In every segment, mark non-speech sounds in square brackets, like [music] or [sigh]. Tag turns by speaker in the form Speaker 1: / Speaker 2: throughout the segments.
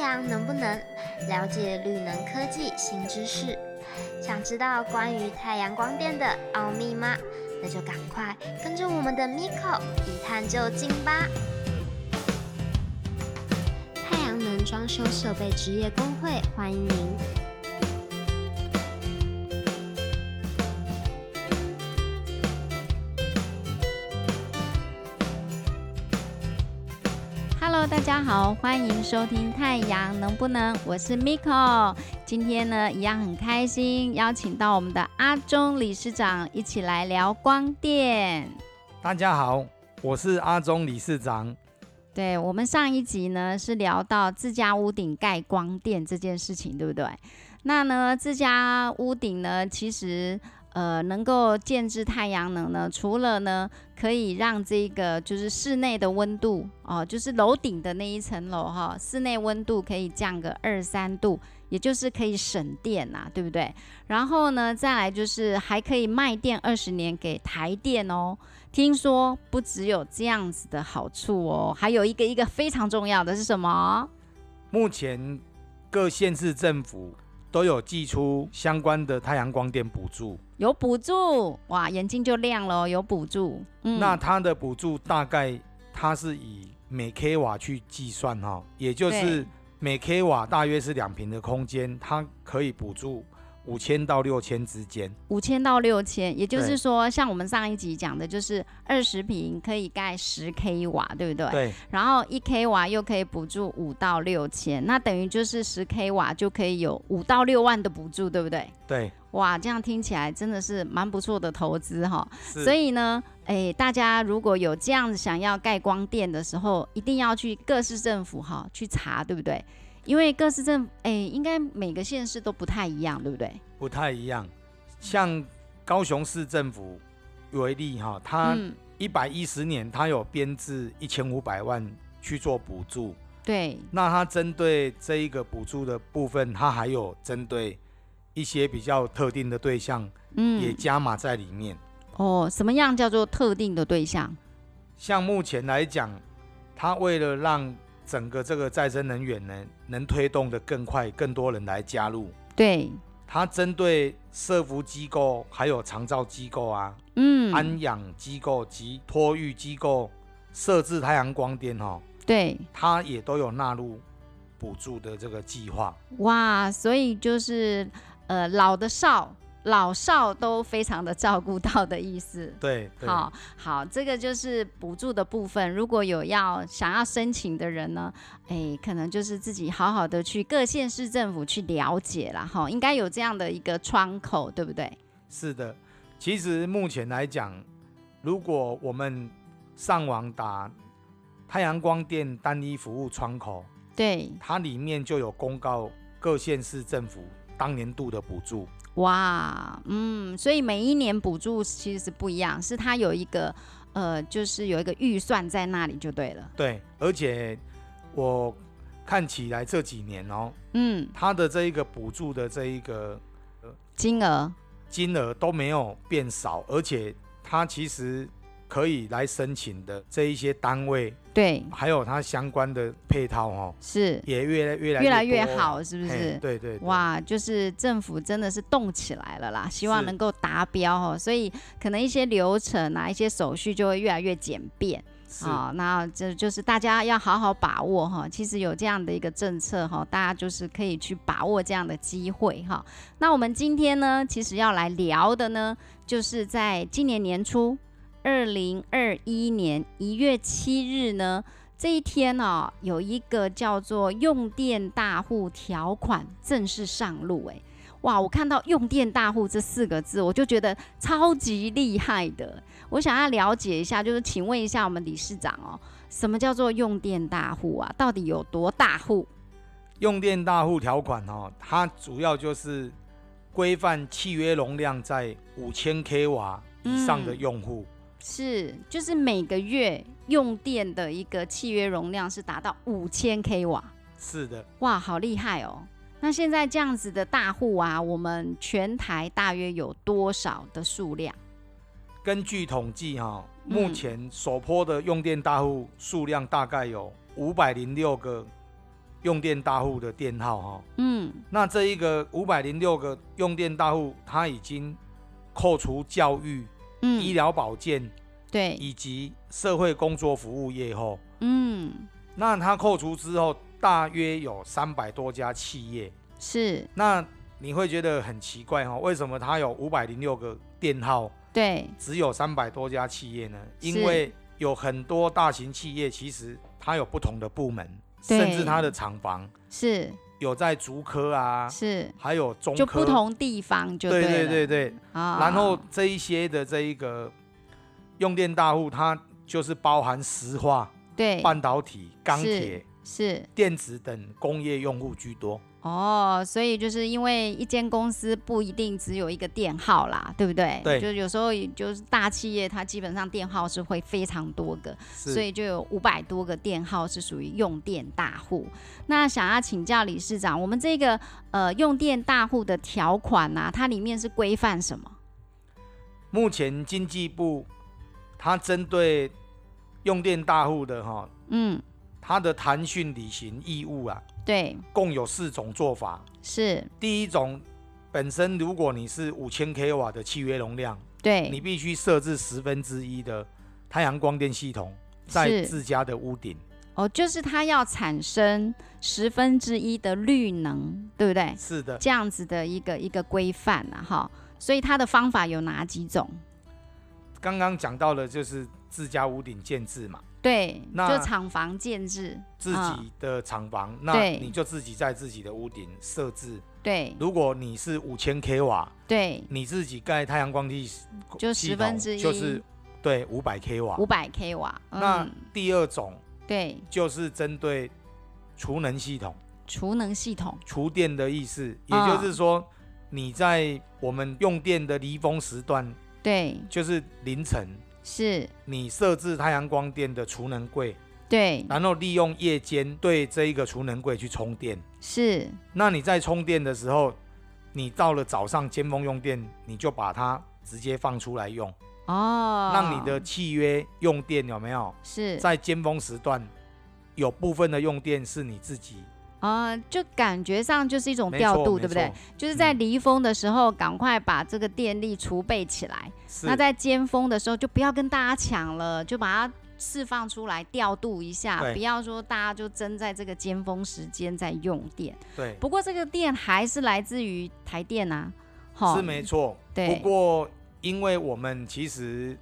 Speaker 1: 阳能不能了解绿能科技新知识？想知道关于太阳光电的奥秘吗？那就赶快跟着我们的 Miko 一探究竟吧！太阳能装修设备职业工会欢迎您。
Speaker 2: Hello，大家好，欢迎收听《太阳能不能》，我是 Miko。今天呢，一样很开心，邀请到我们的阿中理事长一起来聊光电。
Speaker 3: 大家好，我是阿中理事长。
Speaker 2: 对我们上一集呢是聊到自家屋顶盖光电这件事情，对不对？那呢，自家屋顶呢，其实呃能够建置太阳能呢，除了呢可以让这个就是室内的温度哦、就是楼顶的那一层楼哈、室内温度可以降个二三度，也就是可以省电呐、对不对？然后呢，再来就是还可以卖电二十年给台电哦。听说不只有这样子的好处哦，还有一个一个非常重要的是什么？
Speaker 3: 目前各县市政府都有寄出相关的太阳光电补助，
Speaker 2: 有补助哇，眼睛就亮了哦，有补助。嗯，
Speaker 3: 那它的补助大概它是以每 k 瓦去计算哈、也就是
Speaker 2: 对
Speaker 3: 每 k 瓦大约是两平的空间，它可以补助五千到六千之间。
Speaker 2: 五千到六千，也就是
Speaker 3: 对
Speaker 2: 说，像我们上一集讲的，就是二十平可以盖十 k 瓦，对不对？
Speaker 3: 对，
Speaker 2: 然后一 k 瓦又可以补助五到六千，那等于就是十 k 瓦就可以有五到六万的补助，对不对？
Speaker 3: 对，
Speaker 2: 哇，这样听起来真的是蛮不错的投资哈、
Speaker 3: 是。
Speaker 2: 所以呢，诶，大家如果有这样子想要盖光电的时候，一定要去各市政府哈去查，对不对？因为各市政，诶，应该每个县市都不太一样，对不对？
Speaker 3: 不太一样。像高雄市政府为例哈、它
Speaker 2: 嗯，
Speaker 3: 一百一十年它有编制一千五百万去做补助。
Speaker 2: 对，
Speaker 3: 那它针对这一个补助的部分，它还有针对一些比较特定的对象也
Speaker 2: 嗯，
Speaker 3: 加码在里面。
Speaker 2: 哦，什么样叫做特定的对象？
Speaker 3: 像目前来讲，它为了让整个这个再生能源呢能推动的更快，更多人来加入，
Speaker 2: 对，
Speaker 3: 它针对社服机构、还有长照机构啊、
Speaker 2: 嗯，
Speaker 3: 安养机构及托育机构设置太阳光电哦，
Speaker 2: 对，
Speaker 3: 它也都有纳入补助的这个计划。
Speaker 2: 哇，所以就是呃，老的少，老少都非常的照顾到的意思。
Speaker 3: 对，对
Speaker 2: 好好，这个就是补助的部分。如果有要想要申请的人呢，哎，可能就是自己好好的去各县市政府去了解啦，哈，应该有这样的一个窗口，对不对？
Speaker 3: 是的，其实目前来讲，如果我们上网打太阳光电单一服务窗口，
Speaker 2: 对，
Speaker 3: 它里面就有公告各县市政府当年度的补助。
Speaker 2: 哇，嗯，所以每一年补助其实是不一样，是它有一个呃，就是有一个预算在那里就对了。
Speaker 3: 对，而且我看起来这几年哦，
Speaker 2: 嗯，
Speaker 3: 它的这一个补助的这一个
Speaker 2: 金额
Speaker 3: 金额都没有变少，而且它其实可以来申请的这一些单位，
Speaker 2: 对
Speaker 3: 还有它相关的配套哦，
Speaker 2: 是
Speaker 3: 也越来越来
Speaker 2: 越来越
Speaker 3: 多
Speaker 2: 好，是不
Speaker 3: 嘿
Speaker 2: 是？
Speaker 3: 对对，对，
Speaker 2: 哇，就是政府真的是动起来了啦，希望
Speaker 3: 是
Speaker 2: 能够达标哦，所以可能一些流程啊、一些手续就会越来越简便
Speaker 3: 是
Speaker 2: 啊、那这就是大家要好好把握哈、其实有这样的一个政策哈、大家就是可以去把握这样的机会哈、那我们今天呢，其实要来聊的呢，就是在今年年初，二零二一年一月七日呢。这一天哦，有一个叫做“用电大户”条款正式上路。哎，哇！我看到“用电大户”这四个字，我就觉得超级厉害的。我想要了解一下，就是请问一下我们理事长哦，什么叫做用电大户啊？到底有多大户？
Speaker 3: 用电大户条款哦，它主要就是规范契约容量在五千 k 瓦以上
Speaker 2: 嗯
Speaker 3: 的用户，
Speaker 2: 是，就是每个月用电的一个契约容量是达到五千 k 瓦。
Speaker 3: 是的，
Speaker 2: 哇，好厉害哦！那现在这样子的大户啊，我们全台大约有多少的数量？
Speaker 3: 根据统计哈、哦，
Speaker 2: 嗯
Speaker 3: 目前首波的用电大户数量大概有五百零六个用电大户的电号哈、
Speaker 2: 嗯，
Speaker 3: 那这一个五百零六个用电大户，它已经扣除教育、医
Speaker 2: 嗯，
Speaker 3: 疗保健
Speaker 2: 对，
Speaker 3: 以及社会工作服务业后，
Speaker 2: 嗯，
Speaker 3: 那它扣除之后，大约有三百多家企业。
Speaker 2: 是，
Speaker 3: 那你会觉得很奇怪哈、哦，为什么它有五百零六个电号，
Speaker 2: 对，
Speaker 3: 只有三百多家企业呢？
Speaker 2: 是
Speaker 3: 因为有很多大型企业其实它有不同的部门，
Speaker 2: 对
Speaker 3: 甚至它的厂房
Speaker 2: 是
Speaker 3: 有在竹科啊，
Speaker 2: 是，
Speaker 3: 还有中科，
Speaker 2: 就不同地方就
Speaker 3: 对
Speaker 2: 了
Speaker 3: 对对对。
Speaker 2: 啊。
Speaker 3: 然后这一些的这一个用电大户，它就是包含石化、
Speaker 2: 对
Speaker 3: 半导体、钢铁、
Speaker 2: 是
Speaker 3: 电子等工业用户居多。
Speaker 2: 哦，所以就是因为一间公司不一定只有一个店号啦，对不对？
Speaker 3: 对
Speaker 2: 就有时候也就是大企业，它基本上店号是会非常多个，所
Speaker 3: 是，
Speaker 2: 以就有五百多个店号是属于用电大户。那想要请教理事长，我们这个呃用电大户的条款啊，它里面是规范什么？
Speaker 3: 目前经济部它针对用电大户的哈、
Speaker 2: 嗯，
Speaker 3: 它的弹性履行义务啊，
Speaker 2: 对，
Speaker 3: 共有四种做法。
Speaker 2: 是，
Speaker 3: 第一种，本身如果你是五千 k 瓦的契约容量，你
Speaker 2: 对，
Speaker 3: 必须设置十分之一的太阳光电系统在
Speaker 2: 是
Speaker 3: 自家的屋顶。
Speaker 2: 哦，就是它要产生十分之一的绿能，对不对？
Speaker 3: 是 [laughs] 的，
Speaker 2: 这样子的一个一个规范啊，哈。所以它的方法有哪几种？
Speaker 3: 刚刚讲到的就是自家屋顶建制嘛，
Speaker 2: 对，
Speaker 3: 那
Speaker 2: 就厂房建制，
Speaker 3: 自
Speaker 2: 嗯
Speaker 3: 己的厂房，那
Speaker 2: 啊对
Speaker 3: 你就自己在自己的屋顶设置。
Speaker 2: 对
Speaker 3: 如果你是五千 k 瓦，
Speaker 2: 对，
Speaker 3: 你自己盖太阳光电系
Speaker 2: 就
Speaker 3: 系
Speaker 2: 十
Speaker 3: 统
Speaker 2: 分之一，
Speaker 3: 就是对五百 k 瓦
Speaker 2: 五。百 k 瓦。
Speaker 3: 那
Speaker 2: 嗯，
Speaker 3: 第二种
Speaker 2: 对，
Speaker 3: 就是针对储能系统、
Speaker 2: 储能系统，
Speaker 3: 厨电的意思，也
Speaker 2: 嗯
Speaker 3: 就是说你在我们用电的离峰时段，
Speaker 2: 对，
Speaker 3: 就是凌晨，
Speaker 2: 是，
Speaker 3: 你设置太阳光电的储能柜。
Speaker 2: 对，
Speaker 3: 然后利用夜间对这一个储能柜去充电。
Speaker 2: 是，
Speaker 3: 那你在充电的时候，你到了早上尖峰用电，你就把它直接放出来用，
Speaker 2: 哦，
Speaker 3: 让你的契约用电有没有
Speaker 2: 是
Speaker 3: 在尖峰时段？有部分的用电是你自己
Speaker 2: 啊、就感觉上就是一种
Speaker 3: 没
Speaker 2: 调
Speaker 3: 错
Speaker 2: 度，
Speaker 3: 没
Speaker 2: 对不对
Speaker 3: 错？
Speaker 2: 就是在
Speaker 3: 嗯
Speaker 2: 离峰的时候，赶快把这个电力储备起来。
Speaker 3: 是
Speaker 2: 那在尖峰的时候，就不要跟大家抢了，就把它释放出来，调度一下，
Speaker 3: 对
Speaker 2: 不要说大家就争在这个尖峰时间在用电。
Speaker 3: 对，
Speaker 2: 不过这个电还是来自于台电啊，
Speaker 3: 是没错。
Speaker 2: 对
Speaker 3: 不过因为我们其实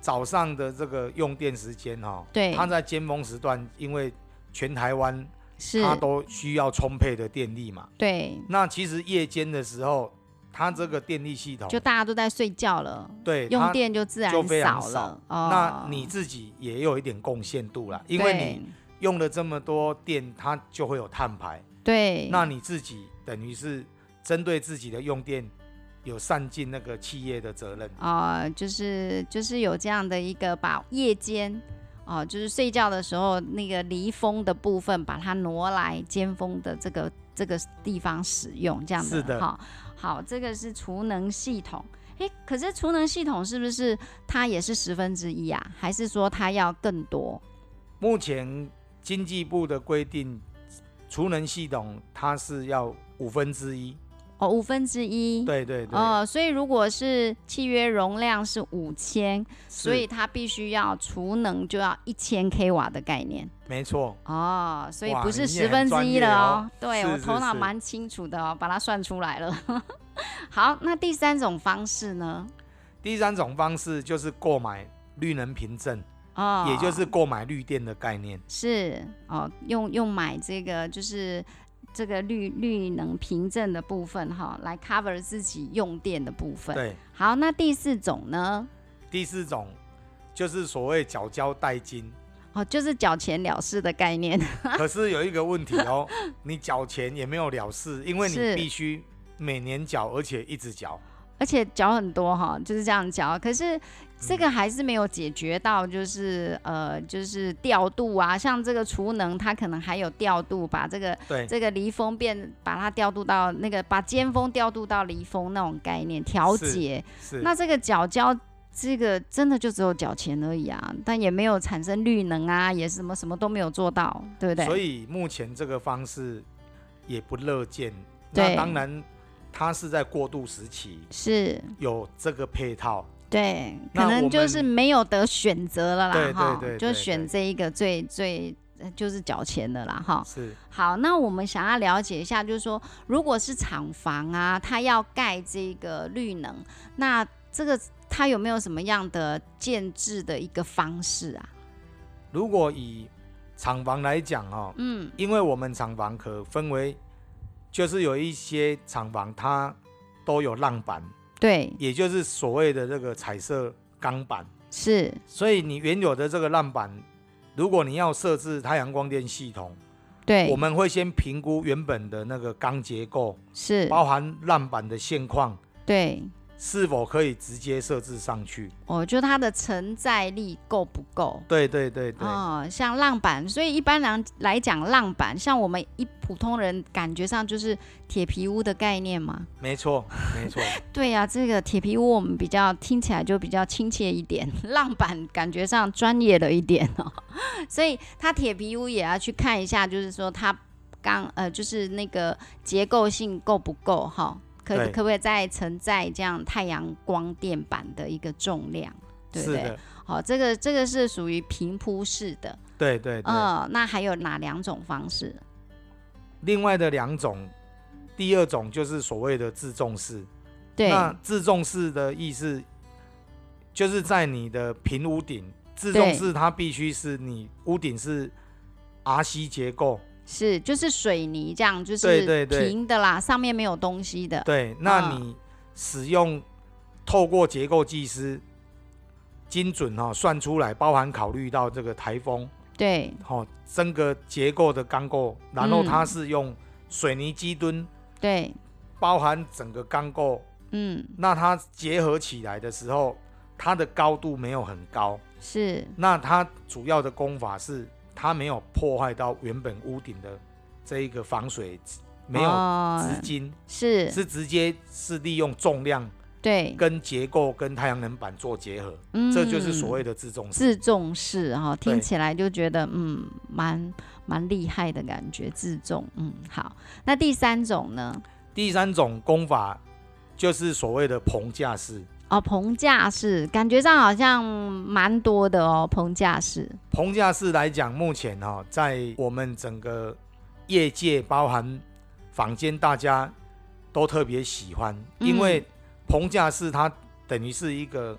Speaker 3: 早上的这个用电时间哈、哦，
Speaker 2: 对
Speaker 3: 它在尖峰时段，因为全台湾
Speaker 2: 是，
Speaker 3: 它都需要充沛的电力嘛。
Speaker 2: 对，
Speaker 3: 那其实夜间的时候，它这个电力系统
Speaker 2: 就大家都在睡觉了，
Speaker 3: 对
Speaker 2: 用
Speaker 3: 它，
Speaker 2: 电就自然
Speaker 3: 就非常
Speaker 2: 少
Speaker 3: 少
Speaker 2: 了。
Speaker 3: 那
Speaker 2: 哦，
Speaker 3: 你自己也有一点贡献度啦，因为你
Speaker 2: 你
Speaker 3: 用了这么多电，它就会有碳排。
Speaker 2: 对
Speaker 3: 那你自己等于是针对自己的用电，有善尽那个企业的责任。
Speaker 2: 啊、就是就是有这样的一个把夜间哦、就是睡觉的时候那个离峰的部分，把它挪来尖峰的这个这个地方使用，这样
Speaker 3: 是的
Speaker 2: 哈。好，这个是储能系统。诶，可是储能系统是不是它也是十分之一啊？还是说它要更多？
Speaker 3: 目前经济部的规定，储能系统它是要五分之一。
Speaker 2: 哦，五分之一。。
Speaker 3: 对对对，
Speaker 2: 哦，所以如果是契约容量是五千，所以
Speaker 3: 是
Speaker 2: 它必须要储能就要一千 k 瓦的概念。
Speaker 3: 没错。
Speaker 2: 哦，所以
Speaker 3: 哇
Speaker 2: 不是
Speaker 3: 你也
Speaker 2: 十
Speaker 3: 很
Speaker 2: 分之
Speaker 3: 专
Speaker 2: 一
Speaker 3: 业
Speaker 2: 了
Speaker 3: 哦
Speaker 2: 对我
Speaker 3: 是
Speaker 2: 头
Speaker 3: 是
Speaker 2: 脑
Speaker 3: 是
Speaker 2: 蛮清楚的哦，把它算出来了。 [laughs] 好，那第三种方式呢？
Speaker 3: 第三种方式就是购买绿能凭证，
Speaker 2: 哦，
Speaker 3: 也就是购买绿电的概念。
Speaker 2: 是哦，用用买这个就是这个绿绿能凭证的部分哈、来 cover 自己用电的部分。
Speaker 3: 对，
Speaker 2: 好，那第四种呢？
Speaker 3: 第四种就是所谓缴交代金，
Speaker 2: 哦，就是缴钱了事的概念。
Speaker 3: 可是有一个问题哦，
Speaker 2: [laughs]
Speaker 3: 你缴钱也没有了事，因为你
Speaker 2: 是
Speaker 3: 必须每年缴，而且一直缴。
Speaker 2: 而且缴很多哈，就是这样缴。可是这
Speaker 3: 嗯
Speaker 2: 个还是没有解决到，就是、呃，就是调度啊，像这个储能，它可能还有调度，把这个
Speaker 3: 对，
Speaker 2: 这个离峰变，把它调度到那个，把尖峰调度到离峰那种概念调节。
Speaker 3: 是
Speaker 2: 那这个缴交这个真的就只有缴钱而已啊，但也没有产生绿能啊，也什么什么都没有做到，对不对？
Speaker 3: 所以目前这个方式也不乐见。
Speaker 2: 对
Speaker 3: 那当然，它是在过渡时期
Speaker 2: 是，
Speaker 3: 有这个配套，
Speaker 2: 对，
Speaker 3: 那
Speaker 2: 可能
Speaker 3: 我
Speaker 2: 就
Speaker 3: 们
Speaker 2: 是没有得选择了啦，
Speaker 3: 对
Speaker 2: 哈，
Speaker 3: 对对
Speaker 2: 就
Speaker 3: 对
Speaker 2: 选这一个最最呃就是缴钱的啦，哈。
Speaker 3: 是
Speaker 2: 好，那我们想要了解一下，就是说，如果是厂房啊，它要盖这个绿能，那这个它有没有什么样的建制的一个方式啊？
Speaker 3: 如果以厂房来讲哦，
Speaker 2: 嗯，
Speaker 3: 因为我们厂房可分为，就是有一些厂房它都有浪板，
Speaker 2: 对，
Speaker 3: 也就是所谓的这个彩色钢板，
Speaker 2: 是，
Speaker 3: 所以你原有的这个浪板，如果你要设置太阳光电系统，
Speaker 2: 对，
Speaker 3: 我们会先评估原本的那个钢结构，
Speaker 2: 是，
Speaker 3: 包含浪板的现况
Speaker 2: 对，
Speaker 3: 是否可以直接设置上去。
Speaker 2: 哦，就它的承载力够不够？
Speaker 3: 对对对对，
Speaker 2: 哦，像浪板，所以一般来来讲，浪板像我们一普通人感觉上就是铁皮屋的概念嘛。
Speaker 3: 没错没错，
Speaker 2: 对呀、这个铁皮屋我们比较听起来就比较亲切一点， [laughs] 浪板感觉上专业了一点哦。 [laughs] 所以它铁皮屋也要去看一下，就是说它刚呃，就是那个结构性够不够哈、可
Speaker 3: 对
Speaker 2: 可不可以再承载这样太阳光电板的一个重量，对不
Speaker 3: 是
Speaker 2: 对
Speaker 3: 的？，
Speaker 2: 好、这个这个是属于平铺式的，
Speaker 3: 对对对。
Speaker 2: 嗯、那还有哪两种方式？
Speaker 3: 另外的两种，第二种就是所谓的自重式。
Speaker 2: 对，
Speaker 3: 那自重式的意思就是在你的平屋顶，自重式它必须是你屋顶是 RC 结构。
Speaker 2: 是就是水泥这样，就是
Speaker 3: 对对对
Speaker 2: 平的啦，上面没有东西的。
Speaker 3: 对，那你使用透过结构技师精准哈、哦、算出来，包含考虑到这个台风
Speaker 2: 对
Speaker 3: 哦，整个结构的钢构，然后
Speaker 2: 嗯
Speaker 3: 它是用水泥基墩，
Speaker 2: 对，
Speaker 3: 包含整个钢构
Speaker 2: 嗯，
Speaker 3: 那它结合起来的时候，它的高度没有很高，
Speaker 2: 是
Speaker 3: 那它主要的功法是它没有破坏到原本屋顶的这一个防水，没有
Speaker 2: 哦
Speaker 3: 资金，
Speaker 2: 是
Speaker 3: 是直接是利用重量
Speaker 2: 对，
Speaker 3: 跟结构跟太阳能板做结合，这就是所谓的自重
Speaker 2: 嗯
Speaker 3: 式。
Speaker 2: 自重式哈、听
Speaker 3: 对
Speaker 2: 起来就觉得嗯，蛮蛮厉害的感觉，自重，嗯，好。那第三种呢？
Speaker 3: 第三种功法就是所谓的棚架式，
Speaker 2: 哦，棚架式，感觉上好像蛮多的哦，棚架式，
Speaker 3: 棚架式来讲，目前哈、在我们整个业界，包含坊间，大家都特别喜欢，
Speaker 2: 嗯
Speaker 3: 因为棚架式它等于是一个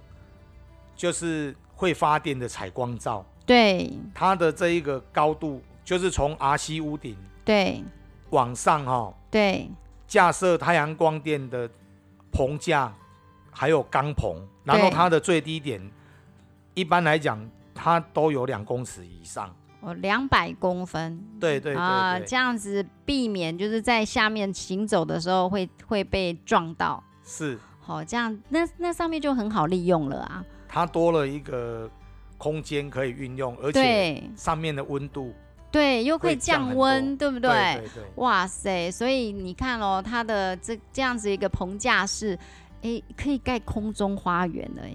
Speaker 3: 就是会发电的采光罩，
Speaker 2: 对
Speaker 3: 它的这一个高度就是从 RC 屋顶
Speaker 2: 对
Speaker 3: 往上哈、
Speaker 2: 对
Speaker 3: 架设太阳光电的棚架，还有钢棚，然后
Speaker 2: 对
Speaker 3: 它的最低点，一般来讲它都有两公尺以上。
Speaker 2: 哦，两百公分
Speaker 3: 对对对
Speaker 2: 啊、
Speaker 3: 对
Speaker 2: 这样子避免就是在下面行走的时候会会被撞到。
Speaker 3: 是
Speaker 2: 好、这样那那上面就很好利用了啊。
Speaker 3: 它多了一个空间可以运用，而且
Speaker 2: 对
Speaker 3: 上面的温度，
Speaker 2: 对，又可以
Speaker 3: 会降
Speaker 2: 降
Speaker 3: 很
Speaker 2: 温，对不对？
Speaker 3: 对对对，
Speaker 2: 哇塞，所以你看哦，它的这这样子一个棚架式，诶，可以盖空中花园了耶。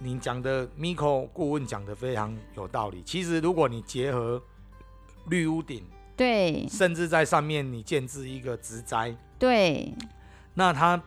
Speaker 3: 您讲的 Miko 顾问讲的非常有道理。其实如果你结合绿屋顶，
Speaker 2: 对
Speaker 3: 甚至在上面你建置一个植栽，
Speaker 2: 对，
Speaker 3: 那它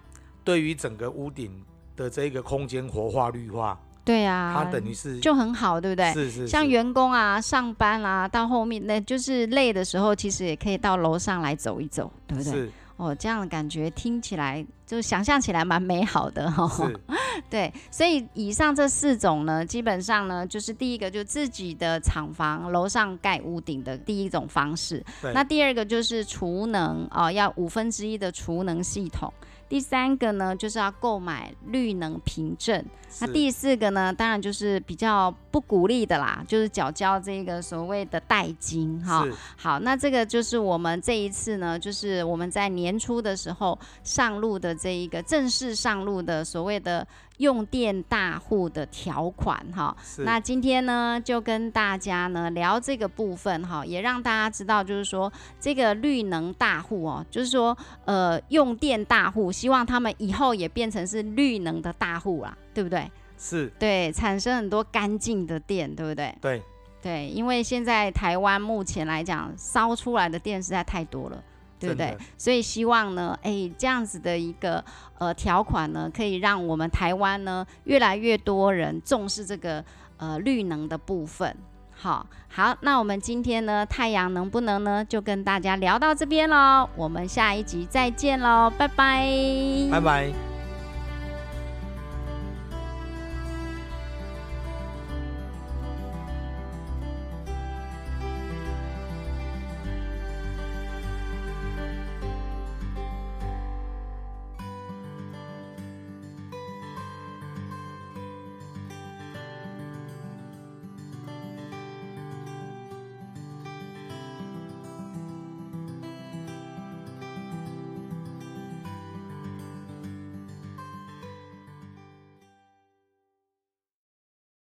Speaker 3: 对于整个屋顶的这个空间活化绿化，
Speaker 2: 对啊，
Speaker 3: 它等于是
Speaker 2: 就很好，对不对？
Speaker 3: 是是
Speaker 2: 像
Speaker 3: 是
Speaker 2: 员工啊，上班啦、到后面那就是累的时候，其实也可以到楼上来走一走，对不对？
Speaker 3: 是
Speaker 2: 哦，这样的感觉听起来就想象起来蛮美好的哈、哦。
Speaker 3: 是
Speaker 2: [laughs] 对，所以以上这四种呢，基本上呢，就是第一个就自己的厂房楼上盖屋顶的第一种方式，
Speaker 3: 对
Speaker 2: 那第二个就是储能啊、哦要五分之一的储能系统。第三个呢，就是要购买绿能凭证。 [laughs] 那
Speaker 3: 是
Speaker 2: 第四个呢，当然就是比较不鼓励的啦，就是缴交这个所谓的代金哈。
Speaker 3: 是
Speaker 2: 好，那这个就是我们这一次呢，就是我们在年初的时候上路的这一个正式上路的所谓的用电大户的条款哈。
Speaker 3: 是
Speaker 2: 那今天呢，就跟大家呢聊这个部分哈，也让大家知道，就是说这个绿能大户哦，就是说呃用电大户，希望他们以后也变成是绿能的大户啦，对不对？
Speaker 3: 是
Speaker 2: 对，产生很多干净的电，对不对？
Speaker 3: 对，
Speaker 2: 对，因为现在台湾目前来讲，烧出来的电实在太多了。对不
Speaker 3: 真
Speaker 2: 对
Speaker 3: 的？
Speaker 2: 所以希望呢，哎，这样子的一个呃条款呢，可以让我们台湾呢越来越多人重视这个呃绿能的部分。好好，那我们今天呢，太阳能不能呢，就跟大家聊到这边喽，我们下一集再见喽，拜拜
Speaker 3: 拜拜。